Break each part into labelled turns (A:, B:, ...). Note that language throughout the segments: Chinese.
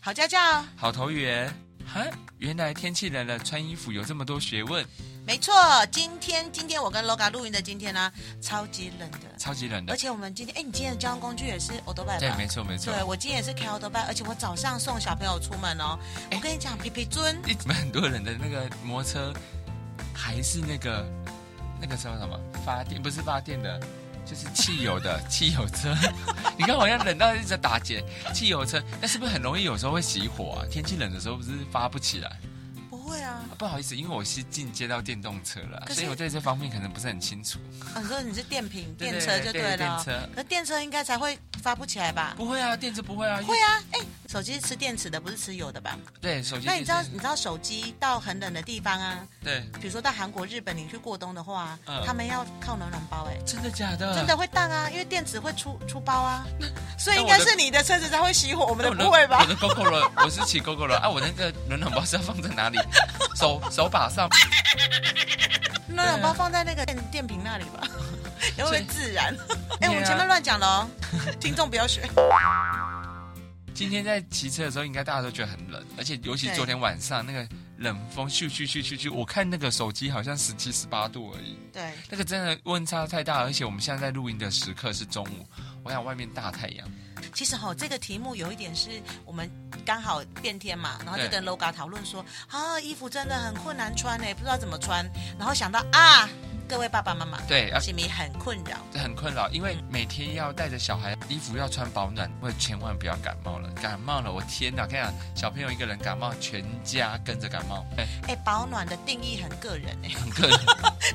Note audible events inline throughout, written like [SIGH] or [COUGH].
A: 好家教，
B: 好投缘。哈，原来天气冷了，穿衣服有这么多学问，
A: 没错。今天今天我跟 LOGA 录音的今天呢、超级冷的，
B: 超级冷
A: 而
B: 的。
A: 且我们今天，哎，你今天的交通工具也是 o d o b i
B: 嗯对，
A: 吧
B: 没？错没错
A: 对，。我今天也是开 o d o b i 而且我早上送小朋友出门哦。我
B: 哎
A: 跟你讲，皮皮尊，
B: 你怎么很多人的那个摩托车还是那个那个叫什么发电？不是发电的，就是汽油
A: [LAUGHS]
B: 的汽油车。你看，好像冷到一直打结，汽油车，那是不是很容易有时候会熄火啊？天气冷的时候不是发不起来？
A: 不会啊，
B: 不好意思，因为我是进阶到电动车了，啊
A: 可是
B: 所以我对这方面可能不是很清楚。
A: 啊你说你是电瓶
B: 对
A: 电车就对
B: 电
A: 了，
B: 车
A: 那电车应该才会发不起来吧？
B: 不会啊，电车不会啊，因为
A: 会啊，哎，手机是吃电池的，不是吃油的吧？
B: 对手机
A: 那
B: 电
A: 你
B: 池。
A: 知道你知道手机到很冷的地方啊，
B: 对，
A: 比如说到韩国、日本，你去过冬的话，
B: 嗯
A: 他们要靠暖暖包哎、
B: 真的假的？
A: 真的。会荡啊，因为电池会出出包
B: [LAUGHS]
A: 啊，所以
B: 那
A: 应
B: 我
A: 该
B: 的
A: 是你的车子才会熄火，我们
B: 那
A: 的
B: 我
A: 不会吧
B: 我？的 GoGo 了， [LAUGHS] 我是骑 GoGo 了啊！我那个暖暖包是要放在哪里？ [LAUGHS] 手手把上，
A: 暖暖包放在 [LAUGHS] 那个电电瓶那里
B: [LAUGHS]
A: 吧，也会不会自燃？哎、我
B: 对
A: 们
B: 啊
A: 前面乱讲了
B: [LAUGHS]
A: 哦，听众不要学。
B: 今天在骑车的时候，应该大家都觉得很冷，而且尤其
A: 对
B: 昨天晚上那个冷风咻咻咻咻咻，我看那个手机好像十七十八度而已，
A: 对，
B: 那个真的温差太大，而且我们现在在录音的时刻是中午，我想外面大太阳，
A: 其实哈、这个题目有一点是我们刚好变天嘛，然后就
B: 对
A: 跟 LOGA 讨论说啊，衣服真的很困难穿欸呢、不知道怎么穿，然后想到啊，各位爸爸妈妈，
B: 对，啊，
A: 心里很困扰。
B: 很困扰，因为每天要带着小孩，衣服要穿保暖，我千万不要感冒了，感冒了，我天哪！跟你讲，小朋友一个人感冒，全家跟着感冒，哎，
A: 哎，保暖的定义很个人
B: [LAUGHS]
A: 哎、
B: 很个人。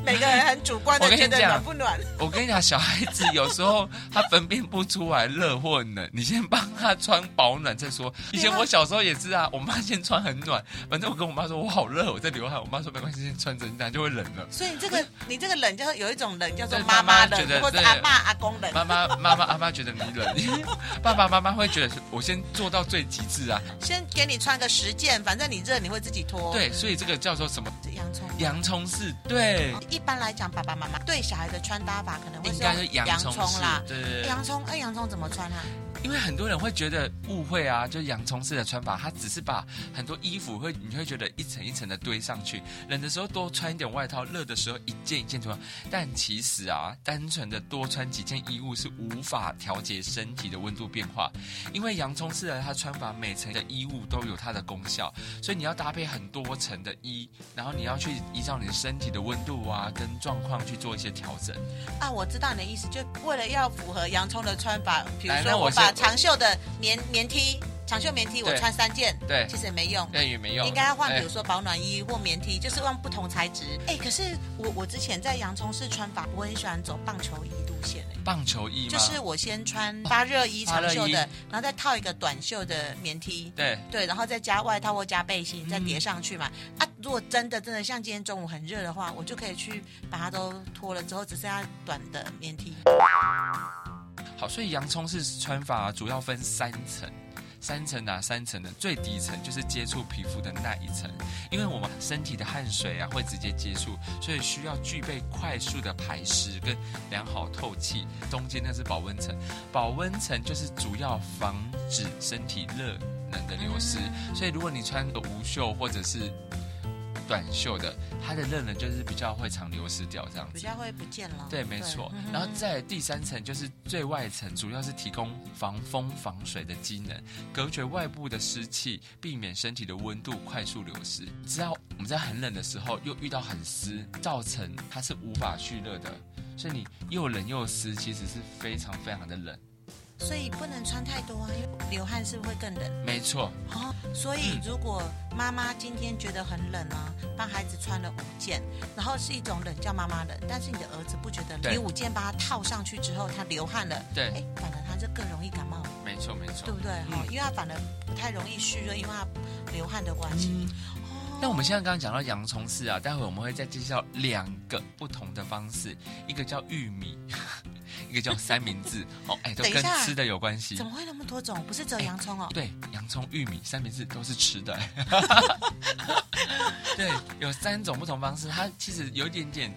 A: 每个人很主观的
B: 我跟你
A: 觉得
B: 讲
A: 暖不暖。
B: 我跟你讲，小孩子有时候他分辨不出来热或冷，你先帮他穿保暖再说。以前我小时候也是啊，我妈先穿很暖，反正我跟我妈说我好热，我在流汗，我妈说没关系，先穿着，你等下就会冷了。
A: 所以这个你这个冷叫有一种冷叫做
B: 嗯对
A: 妈妈
B: 妈妈觉
A: 冷，
B: 得
A: 或者
B: 对
A: 阿爸阿公冷。
B: 妈妈、妈妈、阿妈觉得你冷， [LAUGHS] 爸爸妈妈会觉得我先做到最极致啊。
A: 先给你穿个十件，反正你热你会自己脱。，
B: 对，所以这个叫做什么
A: 洋葱。
B: 洋葱式？对，
A: 一般来讲，爸爸妈妈对小孩的穿搭法可能会
B: 应
A: 是
B: 该是
A: 用
B: 洋
A: 洋
B: 葱式
A: 葱啦。。
B: 对对对。
A: 洋葱，哎，洋葱怎么穿啊？
B: 因为很多人会觉得误会啊，就洋葱式的穿法，它只是把很多衣服会，你会觉得一层一层的堆上去。冷的时候多穿一点外套，热的时候一件一件穿。但其实啊，单纯的多穿几件衣物是无法调节身体的温度变化，因为洋葱式的它穿法，每层的衣物都有它的功效，所以你要搭配很多层的衣，然后你要去依照你的身体的温度啊跟状况去做一些调整。
A: 啊，我知道你的意思，就为了要符合洋葱的穿法，比如
B: 来
A: 说
B: 那我
A: 我把
B: 先
A: 长袖的棉棉 T，长袖棉 T 我
B: 对
A: 穿三件，
B: 对
A: 其，实也没用。
B: 但也没用，
A: 应该要换，
B: 哎嗯
A: 比如说保暖衣或棉 T，就是用不同材质。哎、可是我我之前在洋葱式穿法，我很喜欢走棒球衣路线、欸、
B: 棒球衣吗？
A: 就是我先穿发热衣长袖
B: 哦发热衣
A: 的，然后再套一个短袖的棉 T。
B: 对。
A: 对，然后再加外套或加背心，
B: 嗯
A: 再叠上去嘛。啊，如果真的真的像今天中午很热的话，我就可以去把它都脱了之后，只剩下短的棉 T。
B: 好，所以洋葱式穿法主要分三层。三层哪、三层的最底层就是接触皮肤的那一层，因为我们身体的汗水啊会直接接触，所以需要具备快速的排湿跟良好透气。中间那是保温层，保温层就是主要防止身体热能的流失。
A: 嗯
B: 所以如果你穿个无袖或者是短袖的，它的热能就是比较会常流失掉这样
A: 比
B: 子。
A: 较会不见了。
B: 对，没错
A: 嗯。哼
B: 然后再来第三层就是最外层，主要是提供防风防水的机能，隔绝外部的湿气，避免身体的温度快速流失。只要我们在很冷的时候又遇到很湿，造成它是无法蓄热的，所以你又冷又湿，其实是非常非常的冷。
A: 所以不能穿太多啊，因为流汗是不是会更冷？
B: 没错，
A: 哦，所以
B: 嗯
A: 如果妈妈今天觉得很冷啊，帮孩子穿了五件，然后是一种冷叫妈妈冷，但是你的儿子不觉得冷，
B: 对
A: 你五件把它套上去之后，他流汗了，
B: 对，
A: 哎，反而他就更容易感冒，
B: 没错，没错
A: 对。不对？哈、因为他反而不太容易蓄热，因为他流汗的关系。
B: 嗯，
A: 哦
B: 那我们现在刚刚讲到洋葱式啊，待会我们会再介绍两个不同的方式，一个叫玉米， [LAUGHS] 一个叫三明治。哦，哎，都
A: 等一
B: 跟
A: 下
B: 吃的有关系
A: 怎。么会那么多种？不是只有洋葱哦。
B: 对，洋葱、玉米、三明治都是吃的。对，有三种不同方式，它其实有一点点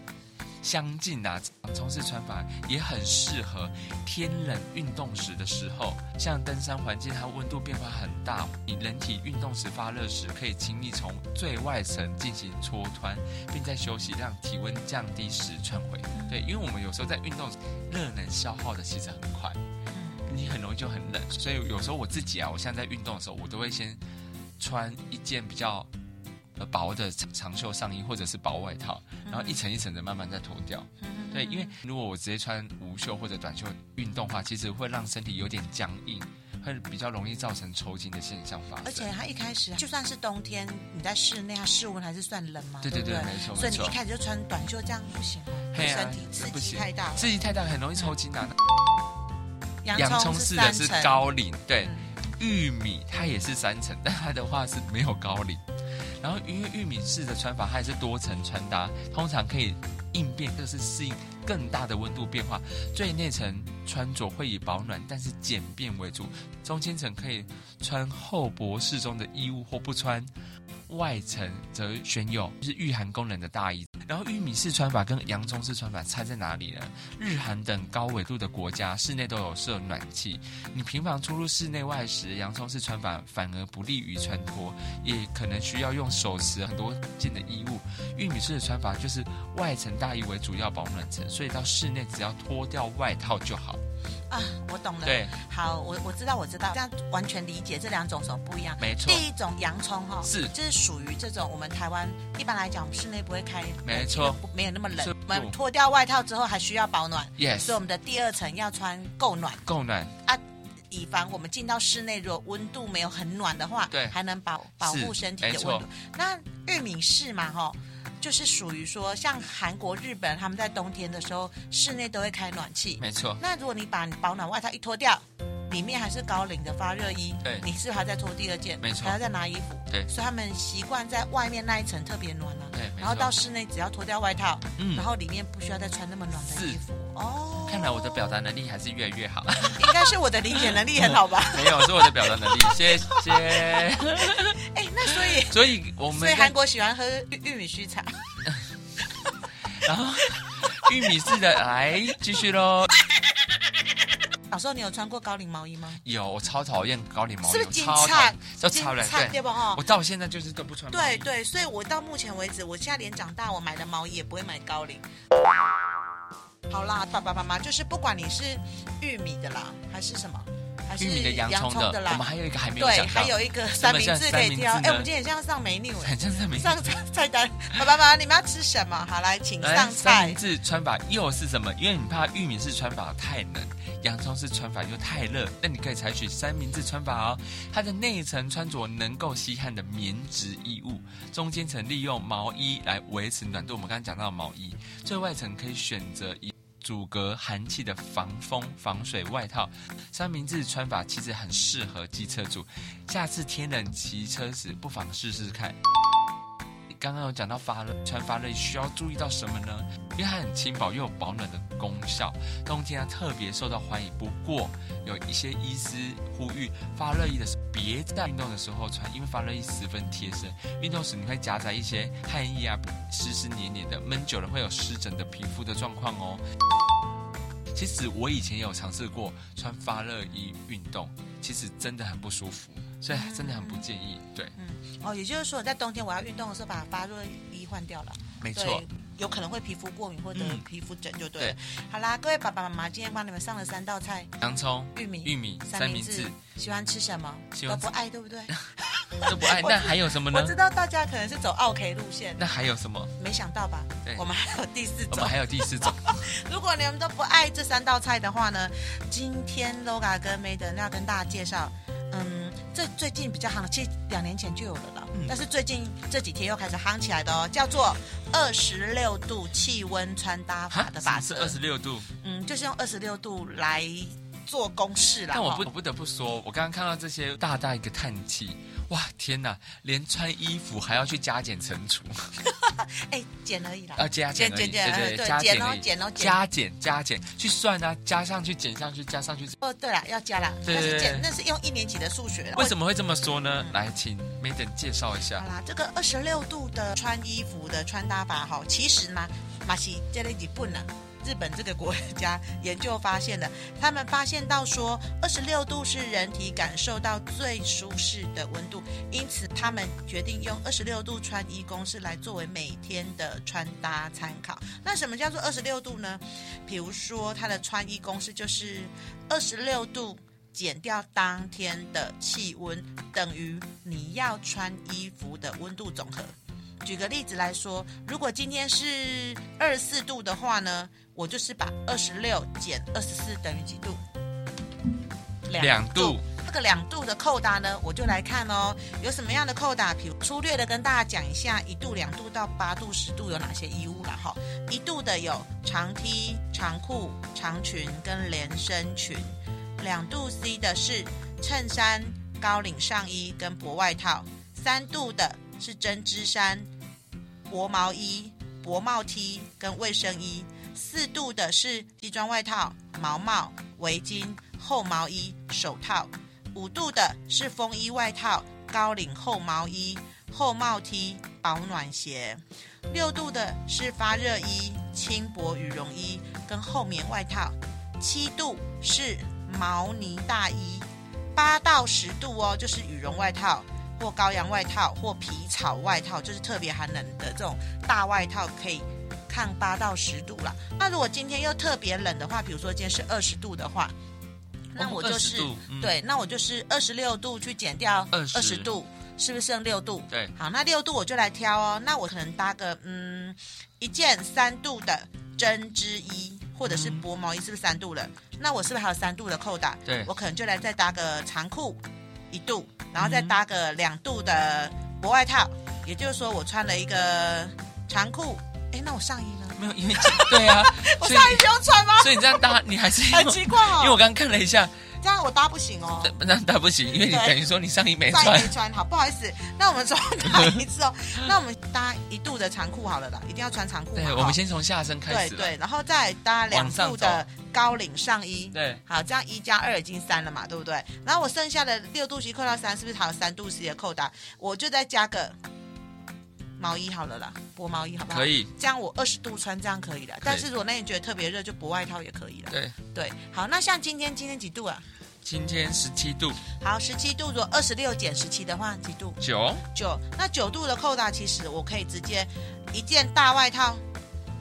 B: 相近啊，洋葱式穿法也很适合天冷运动时的时候，像登山环境它温度变化很大，你人体运动时发热时，可以轻易从最外层进行戳穿，并在休息让体温降低时穿回。对，因为我们有时候在运动，热能消耗的其实很快，
A: 嗯，
B: 你很容易就很冷，所以有时候我自己啊，我像在运动的时候，我都会先穿一件比较呃薄的长长袖上衣或者是薄外套，然后一层一层的慢慢再脱掉。
A: 嗯
B: 对，因为如果我直接穿无袖或者短袖运动的话，其实会让身体有点僵硬，会比较容易造成抽筋的现象发生。
A: 而且它一开始就算是冬天，你在室内，它室温还是算冷嘛，
B: 对对
A: 对
B: 对，
A: 不
B: 没错
A: 所
B: 没
A: 以你一
B: 错，
A: 开始就穿短袖这样不行哦，
B: 嘿
A: 对
B: 啊
A: 身体刺
B: 不
A: 激
B: 行
A: 太大了。
B: 刺激太大很容易抽筋
A: 嗯
B: 啊。洋葱
A: 葱
B: 式的
A: 三
B: 是
A: 层，
B: 高领，对
A: 嗯，
B: 玉米它也是三层，但它的话是没有高领。然后因为玉米式的穿法，它也是多层穿搭，通常可以应变，就是适应更大的温度变化。最内层穿着会以保暖但是简便为主，中间层可以穿厚薄适中的衣物或不穿。外层则选有就是御寒功能的大衣，然后玉米式穿法跟洋葱式穿法差在哪里呢？日韩等高纬度的国家室内都有设暖气，你频繁出入室内外时，洋葱式穿法反而不利于穿脱，也可能需要用手持很多件的衣物。玉米式的穿法就是外层大衣为主要保暖层，所以到室内只要脱掉外套就好。
A: 啊，我懂了。
B: 对，
A: 好，我我知道，我知道，这样完全理解这两种什么不一样。
B: 没错
A: 第，一种洋葱哈、
B: 是
A: 就是属于这种我们台湾一般来讲，我们室内不会开，
B: 没错，
A: 没有那么冷
B: 是。
A: 我们脱掉外套之后还需要保暖，所以我
B: yes，
A: 们的第二层要穿够暖，
B: 够暖，
A: 以防我们进到室内，如果温度没有很暖的话，
B: 对
A: 还能保保护身体
B: 没
A: 的
B: 错
A: 温度。那玉米式嘛哈、就是属于说像韩国、日本他们在冬天的时候，室内都会开暖气，
B: 没错，
A: 那如果你把你保暖外套一脱掉，里面还是高领的发热衣，
B: 对
A: 你是不是还在脱第二件？
B: 没错
A: 还要再拿衣服。
B: 对
A: 所以他们习惯在外面那一层特别暖啊，
B: 对没错
A: 然后到室内只要脱掉外套，
B: 嗯
A: 然。后里面不需要再穿那么暖的衣服。哦，
B: 看来我的表达能力还是越来越好，
A: 应该是我的理解能力很好
B: [LAUGHS]
A: 吧？
B: 没有是我的表达能力，谢
A: [LAUGHS]
B: 谢。
A: 哎，那所以
B: 所以我们
A: 所以韩国喜欢喝玉玉米须茶，
B: 然后玉米式的来继续喽。
A: 小时候你有穿过高领毛衣吗？
B: 有，我超讨厌高领毛衣，
A: 是不是
B: 我
A: 警
B: 超讨
A: 察
B: 厌，就超懒。
A: 金灿对
B: 对，
A: 不哈
B: 我？到现在就是都不穿毛衣。
A: 对对，所以我到目前为止，我现在连长大我买的毛衣也不会买高领。好啦，爸爸妈妈就是不管你是玉米的啦，还是什么，还是
B: 玉米的洋
A: 洋
B: 葱
A: 葱
B: 的，我
A: 啦
B: 们，还有一个还没有
A: 对，
B: 讲到
A: 还，有
B: [LAUGHS]
A: 一个三明治可以挑。
B: 三明治呢
A: 哎，我们今天也像上美女哎
B: 很像三明治。
A: 上菜菜单，爸爸妈妈你们要吃什么？好来，请
B: 来，
A: 上
B: 三
A: 菜
B: 明。治穿法又是什么？因为你怕玉米式穿法太冷，洋葱式穿法又太热，那你可以采取三明治穿法哦。它的内层穿着能够吸汗的棉质衣物，中间层利用毛衣来维持暖度。我们刚刚讲到毛衣，最外层可以选择以阻隔寒气的防风防水外套。三明治穿法其实很适合机车族，下次天冷骑车时不妨试试看。刚刚有讲到发热，穿发热需要注意到什么呢？因为它很轻薄又有保暖的功效，冬天它特别受到欢迎。不过有一些医师呼吁，发热衣的时候别在运动的时候穿，因为发热衣十分贴身，运动时你会夹杂一些汗液啊，湿湿黏黏的，闷久了会有湿疹的皮肤的状况哦。其实我以前也有尝试过穿发热衣运动，其实真的很不舒服，所以真的很不建议。对，
A: 哦，也就是说，在冬天我要运动的时候，把发热衣换掉了。
B: 没
A: 对，
B: 错，
A: 有可能会皮肤过敏或者
B: 嗯
A: 皮肤疹，就对
B: 对
A: 了。好啦，各位爸爸妈妈，今天帮你们上了三道菜：
B: 洋葱、
A: 玉米、
B: 玉米、
A: 三
B: 三
A: 明
B: 明治
A: 治。喜欢吃什么
B: 喜
A: 都
B: 欢吃
A: 不爱，对不
B: [LAUGHS]
A: 对？
B: 都不爱，那还有什么
A: 我
B: 呢
A: 知？道大家可能是走 OK 路线，
B: 那还有什么？
A: 没想到吧
B: 对？
A: 我们还有第四
B: 我
A: 种
B: 们。还有第四种，
A: 如果你们都不爱这三道菜的话呢，今天 LOGA 跟 Maiden 要跟大家介绍，嗯，这最近比较夯，其实两年前就有了啦，
B: 嗯
A: 但是最近这几天又开始夯起来的哦，叫做二十六度气温穿搭法
B: 哈
A: 的法
B: 是
A: 则。
B: 二十六度。
A: 嗯，就是用二十六度来做公式啦。
B: 但我
A: 哈
B: 不我不得不说，我刚刚看到这些，大大一个叹气，哇，天哪，连穿衣服还要去加减乘
A: [LAUGHS]
B: 除，
A: 哎减而已啦。
B: 啊，加
A: 减
B: 减而
A: 减减，
B: 已，对
A: 哎对，
B: 加
A: 减
B: 减而
A: 哦
B: 已，
A: 减哦减。
B: 加减加减去算啊，加上去减上去加上去，
A: 哦，对啦，要加啦，
B: 对
A: 但是
B: 对
A: 减
B: 对
A: 那是用一年级的数学啦。
B: 为
A: 么？
B: 什么会这么说呢？
A: 嗯
B: 来，请 Maiden 介绍
A: 好
B: 一下。
A: 啦，这个二十六度的穿衣服的穿搭法哈，其实呢。马西这类日本啊，日本这个国家研究发现的，他们发现到说，二十六度是人体感受到最舒适的温度，因此他们决定用二十六度穿衣公式来作为每天的穿搭参考。那什么叫做二十六度呢？比如说它的穿衣公式就是二十六度。减掉当天的气温，等于你要穿衣服的温度总和。举个例子来说，如果今天是二十四度的话呢，我就是把二十六减二十四等于几度？
B: 两度。
A: 这个两度的扣打呢，我就来看哦，有什么样的扣打？比如粗略的跟大家讲一下，一度、两度到八度、十度有哪些衣物啦？哈，一度的有长 T、长裤、长裙跟连身裙。两度 C 的是衬衫、高领上衣跟薄外套，三度的是针织衫、薄毛衣、薄帽 T 跟卫生衣，四度的是西装外套、毛帽、围巾、厚毛衣、手套，五度的是风衣外套、高领厚毛衣、厚帽 T、保暖鞋，六度的是发热衣、轻薄羽绒衣跟厚棉外套，七度是毛呢大衣，八到十度哦，就是羽绒外套或羔羊外套或皮草外套，就是特别寒冷的这种大外套可以抗八到十度啦。那如果今天又特别冷的话，比如说今天是二十度的话，那我就是、
B: 20度嗯
A: 对，那我就是二十六度去减掉
B: 20
A: 二十度，是不是剩六度？
B: 对，
A: 好，那六度我就来挑哦。那我可能搭个嗯一件三度的针织衣，或者是
B: 嗯
A: 薄毛衣，是不是三度了？那我是不是还有三度的扣打？
B: 对
A: 我可能就来再搭个长裤一度，然后
B: 嗯
A: 再搭个两度的薄外套。也就是说，我穿了一个长裤，哎，那我上衣呢？
B: 没有，因为 [LAUGHS] 对啊，
A: [LAUGHS] 我
B: 所以
A: 上衣不用穿吗？
B: 所以你这样搭，你还是因
A: 很
B: 为
A: 奇怪哦，
B: 因为我刚刚看了一下，
A: 这样我搭不行哦。
B: 对 [LAUGHS] 那搭不行，因为你
A: 对
B: 等于说你上衣没
A: 再
B: 哎穿
A: 没，穿好，不好意思，那我们重搭一次哦。那我们搭一度的长裤好了啦，一定要穿长裤嘛。
B: 对，
A: 哈
B: 我们先从下身开
A: 对
B: 始吧，
A: 对，然后再搭两
B: 往上
A: 度的高领上衣。
B: 对
A: 好，这样一加二已经三了嘛，对不对？然后我剩下的六度 C 扣到三，是不是还有三度 C 的扣打？我就再加个毛衣好了啦，薄毛衣好不好？
B: 可。以，
A: 这样我二十度穿这样可以了，但是如果那天觉得特别热，就薄外套也可以了。
B: 对，
A: 对，好，那像今天今天几度啊？
B: 今天十七度
A: 好，十七度，如果二十六减十七的话，几度？
B: 九，
A: 九。那九度的扣打，其实我可以直接一件大外套，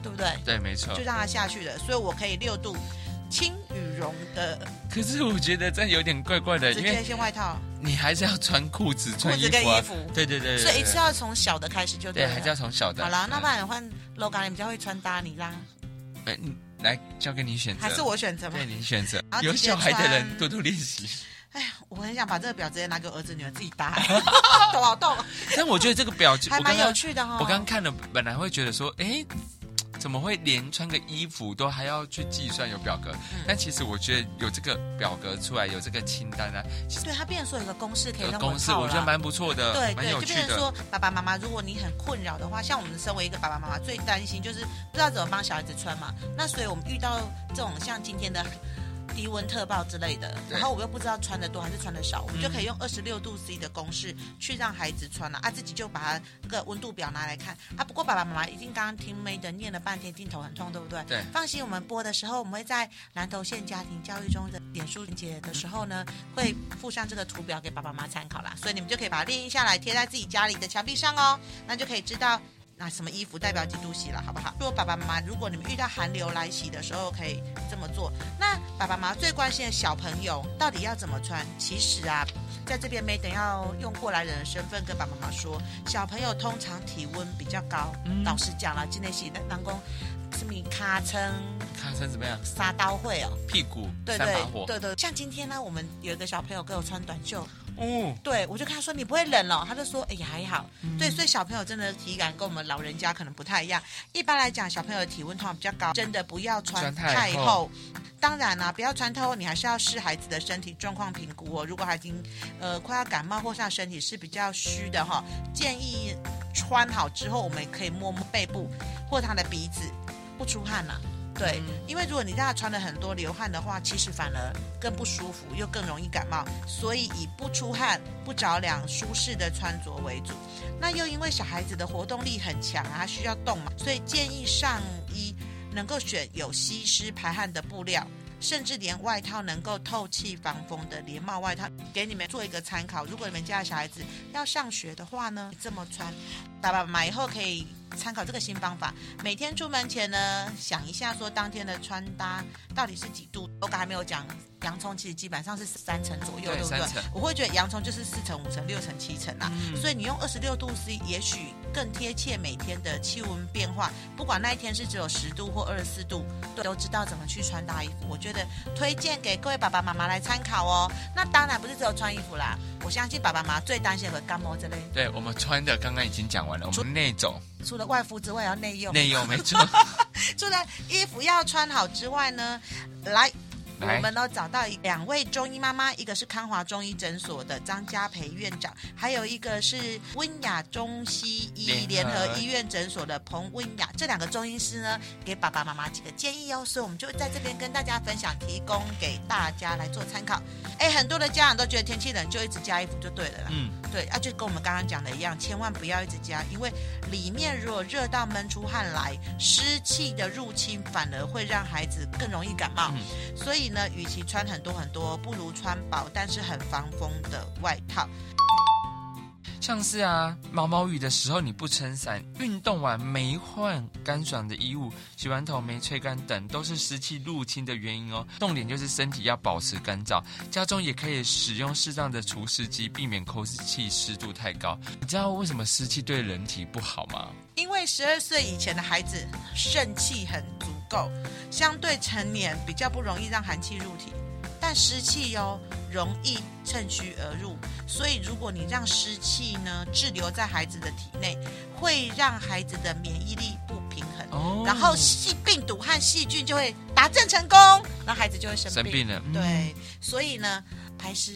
A: 对不对？
B: 对，没错
A: 就。让它下去了，所以我可以六度轻羽绒的
B: 可是我觉得这有点怪怪的，
A: 直
B: 哎因
A: 接
B: 为
A: 先外套，
B: 你还是要穿裤子、
A: 裤
B: 穿
A: 子
B: 衣
A: 跟
B: 服啊
A: 衣，服，
B: 对对对，对
A: 所以一次
B: 对
A: 要从小的开始就
B: 对，
A: 了。
B: 还是要从小的。嗯啊
A: 好啦，那不
B: 然
A: 然换 LOGA，你比较会穿搭，你啦，
B: 哎来交给你选择，
A: 还是我选择吗
B: 对？你选择
A: 然后直接
B: 有小孩的人
A: 穿
B: 多多
A: [LAUGHS]
B: 练习。
A: 哎呀，我很想把这个表直接拿给我儿子女儿自己
B: [LAUGHS]
A: 搭，懂好懂，
B: 但我觉得这个表情，
A: 还
B: 我刚
A: 蛮有
B: 刚
A: 趣的哈、哦。
B: 我刚看了，本来会觉得说，哎，怎么会连穿个衣服都还要去计算有表格？
A: 嗯
B: 但其实我觉得有这个表格出来，有这个清单啊，
A: 对他变成说有个公式可以
B: 有
A: 让
B: 公式，
A: 套
B: 我
A: 啦
B: 觉得蛮不错的，
A: 对
B: 蛮
A: 对，
B: 有
A: 就
B: 趣
A: 变成
B: 的。
A: 说爸爸妈妈，如果你很困扰的话，像我们身为一个爸爸妈妈，最担心就是不知道怎么帮小孩子穿嘛。那所以我们遇到这种像今天的低温特报之类的，
B: 对
A: 然后我又不知道穿的多还是穿的少，我们就
B: 嗯
A: 可以用二十六度 C 的公式去让孩子穿了啊自己就把它那个温度表拿来看啊。不过爸爸妈妈一定刚刚听 May 的念了半天，镜头很痛，对不对？
B: 对
A: 放心，我们播的时候，我们会在南投县家庭教育中的点数节的时候呢，会附上这个图表给爸爸妈妈参考啦，所以你们就可以把它列印下来，贴在自己家里的墙壁上哦，那就可以知道。那什么衣服代表几度洗了，好不好？如果爸爸妈妈，如果你们遇到寒流来袭的时候，可以这么做。那爸爸妈妈最关心的小朋友到底要怎么穿？其实啊，在这边 Maiden 要用过来人的身份跟爸爸妈妈说，小朋友通常体温比较高。
B: 嗯
A: 老实讲啦，今天洗南宫什么咔称
B: 卡成怎么样？
A: 撒刀会哦，
B: 屁股
A: 嗯对
B: 三
A: 对
B: 把火，
A: 对对，像今天呢，我们有一个小朋友给我穿短袖，
B: 哦，
A: 对我就跟他说你不会冷哦，他就说哎呀还好，对，所以小朋友真的体感跟我们老人家可能不太一样。一般来讲，小朋友的体温通常比较高，真的不要穿
B: 穿
A: 太
B: 太厚
A: 厚。当然啦、不要穿太厚，你还是要视孩子的身体状况评估哦。如果他已经呃快要感冒或是他身体是比较虚的哈、建议穿好之后，我们可以摸摸背部或他的鼻子，不出汗啦、啊对，因为如果你大家穿了很多流汗的话，其实反而更不舒服，又更容易感冒。所以以不出汗、不着凉、舒适的穿着为主。那又因为小孩子的活动力很强啊，他需要动嘛，所以建议上衣能够选有吸湿排汗的布料。甚至连外套能够透气防风的连帽外套，给你们做一个参考。如果你们家的小孩子要上学的话呢，这么穿，爸爸买以后可以参考这个新方法。每天出门前呢，想一下说当天的穿搭到底是几度。我刚还没有讲，洋葱其实基本上是三层左右，
B: 对
A: 对不对
B: 三层？
A: 我会觉得洋葱就是四层、五层、六层、七层啦。
B: 嗯
A: 所以你用二十六度 C，也许更贴切每天的气温变化。不管那一天是只有十度或二十四度，对都知道怎么去穿搭衣服。我觉得推荐给各位爸爸妈妈来参考哦。那当然不是只有穿衣服啦，我相信爸爸妈妈最担心的干毛之类，
B: 对我们穿的刚刚已经讲完了，我们内种
A: 除了外敷之外，要内用。
B: 内用没
A: [LAUGHS]
B: 错，
A: 除了衣服要穿好之外呢，来。
B: 来
A: 我们呢找到一两位中医妈妈，一个是康华中医诊所的张家培院长，还有一个是温雅中西医联
B: 联合
A: 合医院诊所的彭温雅。这两个中医师呢，给爸爸妈妈几个建议哦，所以我们就在这边跟大家分享，提供给大家来做参考。哎，很多的家长都觉得天气冷就一直加衣服就对了啦。
B: 嗯，
A: 对，啊，就跟我们刚刚讲的一样，千万不要一直加，因为里面如果热到闷出汗来，湿气的入侵反而会让孩子更容易感冒。所以呢，与其穿很多很多，不如穿薄但是很防风的外套。
B: 像是啊，毛毛雨的时候你不撑伞，运动完没换干爽的衣物，洗完头没吹干等，都是湿气入侵的原因哦。重点就是身体要保持干燥，家中也可以使用适当的除湿机，避免空气湿度太高。你知道为什么湿气对人体不好吗？
A: 因为十二岁以前的孩子肾气很足够，相对成年比较不容易让寒气入体，但湿气哟、容易趁虚而入，所以如果你让湿气呢滞留在孩子的体内，会让孩子的免疫力不平衡，
B: 哦
A: 然后细病毒和细菌就会达阵成功，然后孩子就会生
B: 生病了，嗯
A: 对，所以呢，排湿、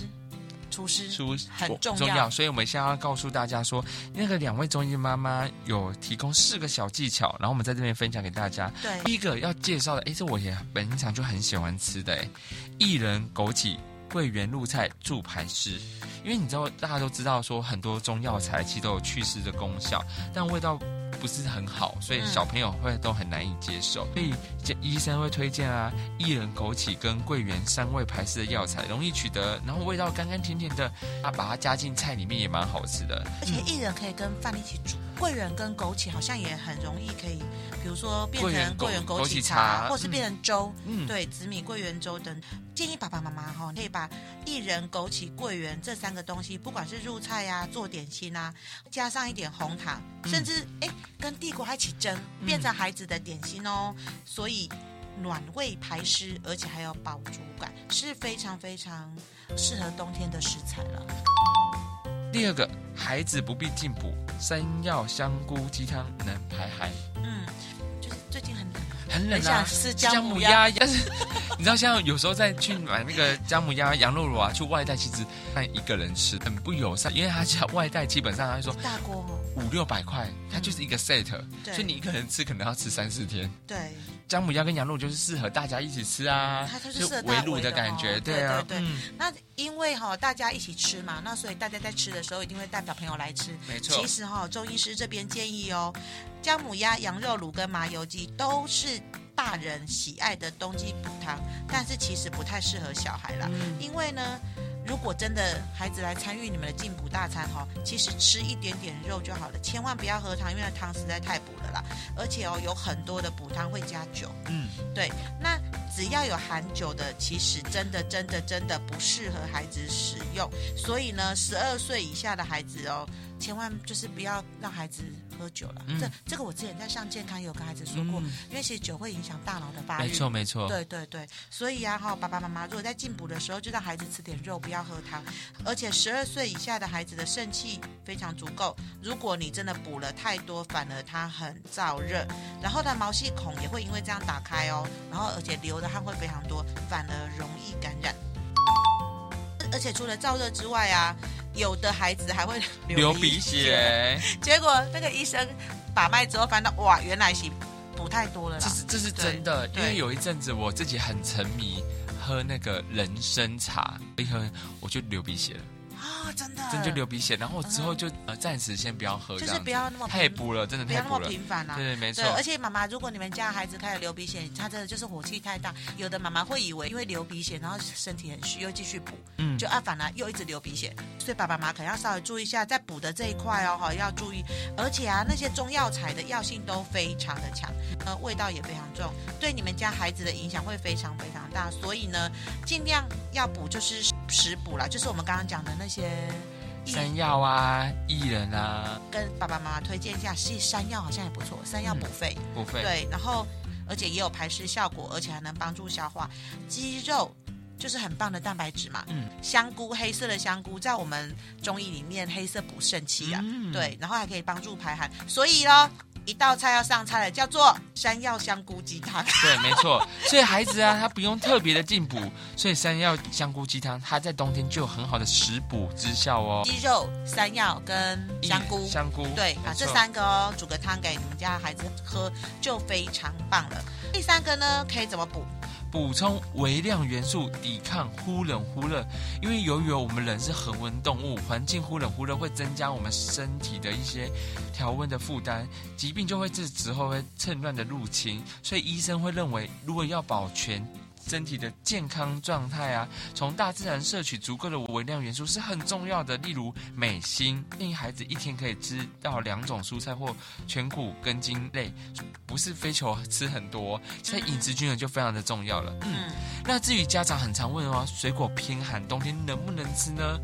A: 除湿
B: 书
A: 很重
B: 重
A: 要
B: 要，所以我们现在要告诉大家说，那个两位中医妈妈有提供四个小技巧，然后我们在这边分享给大家。
A: 对
B: 第一个要介绍的，诶，这我也本场就很喜欢吃的，诶，薏仁、枸杞、桂圆、露菜助排湿。因为你知道，大家都知道说很多中药材其实都有祛湿的功效，但味道不是很好，所以
A: 嗯
B: 小朋友会都很难以接受。所以这医生会推荐啊，薏仁、枸杞跟桂圆三味排湿的药材，容易取得，然后味道甘甘甜甜的，啊，把它加进菜里面也蛮好吃的。
A: 而且薏仁可以跟饭一起煮，桂圆跟枸杞好像也很容易可以，比如说变
B: 桂圆
A: 成
B: 枸
A: 桂圆枸
B: 枸
A: 杞
B: 杞
A: 茶，
B: 茶
A: 或是变成粥，
B: 嗯，
A: 对，紫米桂圆粥等。建议爸爸妈妈哈、可以把薏仁、枸杞、桂圆这三个东西，不管是入菜啊、做点心啊，加上一点红糖，
B: 嗯
A: 甚至哎跟地瓜一起蒸，
B: 嗯
A: 变成孩子的点心哦。所以暖胃排湿，而且还有饱足感，是非常非常适合冬天的食材了。
B: 第二个，孩子不必进补，山药香菇鸡汤能排寒。
A: 嗯，就是最近很冷。
B: 很冷
A: 很
B: 啊
A: 想，吃姜
B: 姜
A: 母
B: 母
A: 鸭。
B: 鸭， [LAUGHS] 但是你知道，像有时候在去买那个姜母鸭、羊肉炉啊，去外带，其实看一个人吃很不友善，因为他家外带基本上他说
A: 大锅哦，
B: 五六百块，它就是一个 set，、
A: 嗯对
B: 所以你一个人吃可能要吃三四天。
A: 对，
B: 姜母鸭跟羊肉就是适合大家一起吃啊，
A: 它它就
B: 就
A: 适合
B: 围
A: 大
B: 炉
A: 围的
B: 的感
A: 哦
B: 觉，
A: 对
B: 啊，
A: 对对那因为哈、大家一起吃嘛，那所以大家在吃的时候一定会带小朋友来吃。
B: 没错
A: 其实哈、中医师这边建议哦，姜母鸭、羊肉炉跟麻油鸡都是大人喜爱的冬季补汤，但是其实不太适合小孩啦，
B: 嗯
A: 因为呢。如果真的孩子来参与你们的进补大餐哈、其实吃一点点肉就好了，千万不要喝汤，因为那汤实在太补了啦。而且哦，有很多的补汤会加酒，
B: 嗯，
A: 对，那只要有含酒的，其实真的真的真的不适合孩子使用。所以呢，十二岁以下的孩子哦，千万就是不要让孩子喝酒了。
B: 嗯
A: 这这个我之前在上健康有跟孩子说过，
B: 嗯
A: 因为其实酒会影响大脑的发
B: 没
A: 育。
B: 错没错，
A: 对对对，所以啊哈、爸爸妈妈如果在进补的时候，就让孩子吃点肉，不要喝汤。而且十二岁以下的孩子的肾气非常足够，如果你真的补了太多，反而他很燥热，然后呢毛细孔也会因为这样打开哦，然后而且流的汗会非常多，反而容易感染。而且除了燥热之外啊，有的孩子还会
B: 流鼻血，
A: [LAUGHS] 结果那个医生把脉之后，发现哇，原来是补太多了啦
B: 这。是这是真的，因
A: 对
B: 为有一阵子我自己很沉迷喝那个人参茶，一喝我就流鼻血了，
A: 啊、真的，
B: 真就流鼻血。然后我之后就呃暂时先不要喝，
A: 嗯就是
B: 这样子
A: 不要那么
B: 太补了，真的
A: 不
B: 太
A: 要那
B: 补
A: 么
B: 了。
A: 频繁啦、
B: 对，没错
A: 对，，而且妈妈，如果你们家孩子开始流鼻血，他真的就是火气太大。有的妈妈会以为因为流鼻血，然后身体很虚，又继续补，
B: 嗯
A: 就啊反而又一直流鼻血。所以爸爸妈妈可能要稍微注意一下，在补的这一块哦，哈，要注意。而且啊，那些中药材的药性都非常的强，呃，味道也非常重，对你们家孩子的影响会非常非常大。所以呢，尽量要补就是食补啦，就是我们刚刚讲的那些。
B: 山药啊、薏仁啊，
A: 跟爸爸妈妈推荐一下，是山药好像也不错，山药补肺。
B: 不费。
A: 对，然后而且也有排湿效果，而且还能帮助消化。鸡肉就是很棒的蛋白质嘛，
B: 嗯，
A: 香菇黑色的香菇在我们中医里面黑色补肾气啊，
B: 嗯
A: 对，然后还可以帮助排寒，所以咯。一道菜要上菜了，叫做山药香菇鸡汤。
B: 对，没错。 [LAUGHS] 所以孩子啊，他不用特别的进补，所以山药香菇鸡汤，它在冬天就有很好的食补之效哦。
A: 鸡肉、山药跟香菇，
B: 香菇，
A: 对，把
B: 嗯没错
A: 这三个哦煮个汤给你们家孩子喝，就非常棒了。第三个呢，可以怎么补？
B: 补充微量元素，抵抗忽冷忽热。因为由于我们人是恒温动物，环境忽冷忽热会增加我们身体的一些调温的负担，疾病就会这时候会趁乱的入侵。所以医生会认为，如果要保全。身体的健康状态啊，从大自然摄取足够的微量元素是很重要的。例如镁、锌，建议孩子一天可以吃到两种蔬菜或全谷根茎类，不是非求吃很多，所以饮食均衡就非常的重要了。
A: 嗯，
B: 那至于家长很常问哦，水果偏寒，冬天能不能吃呢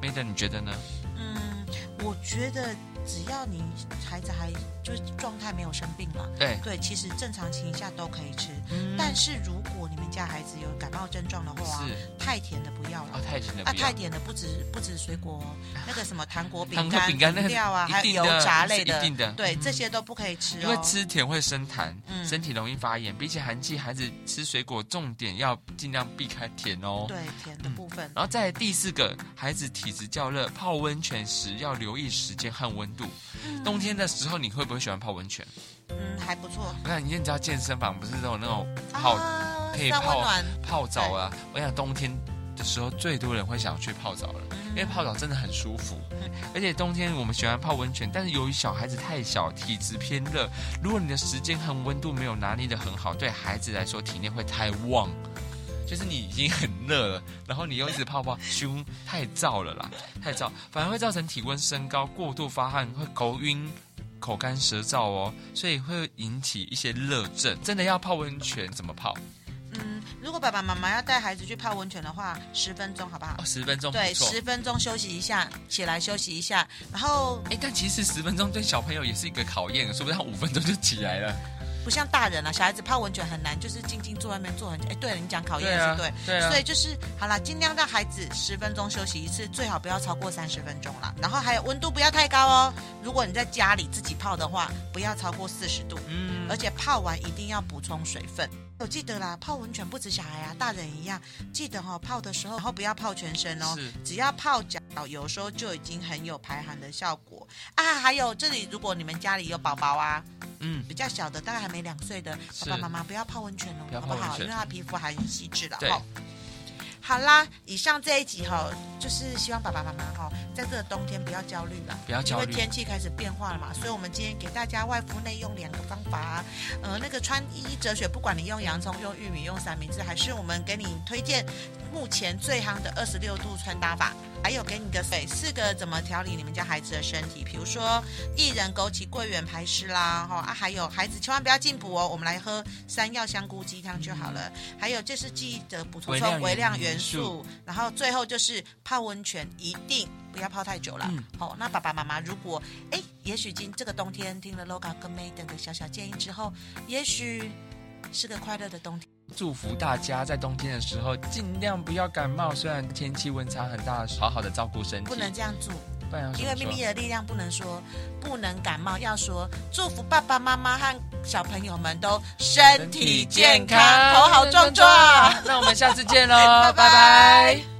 B: ？Maiden，你觉得呢？
A: 嗯，我觉得只要你孩子还就是状态没有生病嘛，
B: 对，
A: 对，其实正常情况下都可以吃。
B: 嗯
A: 但是如果你们家孩子有感冒症状的话，
B: 是
A: 太甜的不要
B: 啊
A: 了，。
B: 太甜了，
A: 啊，
B: 不要
A: 太甜的不止不止水果、哦，那个什么糖果、饼
B: [LAUGHS] 糖果
A: 干、
B: 饼干那
A: 饮料啊，还
B: 一
A: 有
B: 定
A: 油
B: 的
A: 炸类
B: 是一定的嗯
A: 对，这些都不可以吃哦。
B: 因为吃甜会生痰，
A: 嗯
B: 身体容易发炎。比起寒气，孩子吃水果重点要尽量避开甜哦。
A: 对甜的部分，
B: 然后再来第四个，孩子体质较热，泡温泉时要留意时间和温度。冬天的时候，你会不会喜欢泡温泉？
A: 嗯，还不错。
B: 我看你知道健身房不是都有那种泡
A: 啊，
B: 可以
A: 三温
B: 泡
A: 暖，
B: 泡澡啊，我想冬天的时候最多人会想去泡澡
A: 嗯
B: 了，因为泡澡真的很舒服， [LAUGHS] 而且冬天我们喜欢泡温泉，但是由于小孩子太小，体质偏热，如果你的时间和温度没有拿捏的很好，对孩子来说体内会太旺。就是你已经很热了，然后你又一直泡泡，胸太燥了啦，
A: [LAUGHS]
B: 太燥，反而会造成体温升高，过度发汗，会头晕、口干舌燥哦，所以会引起一些热症。真的要泡温泉怎么泡？
A: 嗯，如果爸爸妈妈要带孩子去泡温泉的话，十分钟好不好
B: 哦，？十分钟不
A: 对，
B: 错。
A: 十分钟休息一下，起来休息一下，然后
B: 哎，但其实十分钟对小朋友也是一个考验，说不定他五分钟就起来了。
A: 不像大人啊，小孩子泡温泉很难，就是静静坐外面坐很久。哎，对了，你讲考验也是对，
B: 对啊
A: 所以就是好啦，尽量让孩子十分钟休息一次，最好不要超过三十分钟啦。然后还有温度不要太高哦，如果你在家里自己泡的话，不要超过四十度，
B: 嗯
A: 而，且泡完一定要补充水分。我记得啦，泡温泉不止小孩啊，大人一样。记得哦，泡的时候，然后不要泡全身哦，
B: 是
A: 只要泡脚，有时候就已经很有排寒的效果啊。还有这里，如果你们家里有宝宝啊，
B: 嗯，
A: 比较小的，大概还没两岁的
B: 是
A: 爸爸妈妈，不要泡温泉
B: 不要
A: 哦，好
B: 泡
A: 不
B: 温
A: 好？
B: 泉
A: 因为他皮肤还很细致的
B: 对
A: 哈。好啦，以上这一集哈、就是希望爸爸妈妈哈、在这个冬天不要焦虑了，
B: 不要焦
A: 因
B: 虑
A: 为。天气开始变化了嘛，所以我们今天给大家外敷内用两个方法，呃，那个穿衣哲学，不管你用洋葱、用玉米、用三明治，还是我们给你推荐目前最夯的二十六度穿搭法，还有给你个水四个怎么调理你们家孩子的身体，比如说薏仁、枸杞、桂圆排湿啦，哈、啊，还有孩子千万不要进补哦，我们来喝山药香菇鸡汤就好了。还有就是记得补充
B: 微量
A: 充微量元
B: 元素
A: 素，然后最后就是泡温泉一定不要泡太久了。
B: 嗯
A: 好、那爸爸妈妈如果哎，也许今这个冬天听了 LOGA 跟 Maiden 的小小建议之后，也许是个快乐的冬天。
B: 祝福大家在冬天的时候尽量不要感冒，虽然天气温差很大，好好的照顾身体。
A: 不能这样做，
B: 不然要怎
A: 因
B: 么
A: 为
B: 说
A: 秘密的力量不能说不能感冒，要说祝福爸爸妈妈和小朋友们都身体健康，头好壮壮。
B: 那我们下次见喽
A: [LAUGHS] ，拜
B: 拜
A: 拜
B: 拜。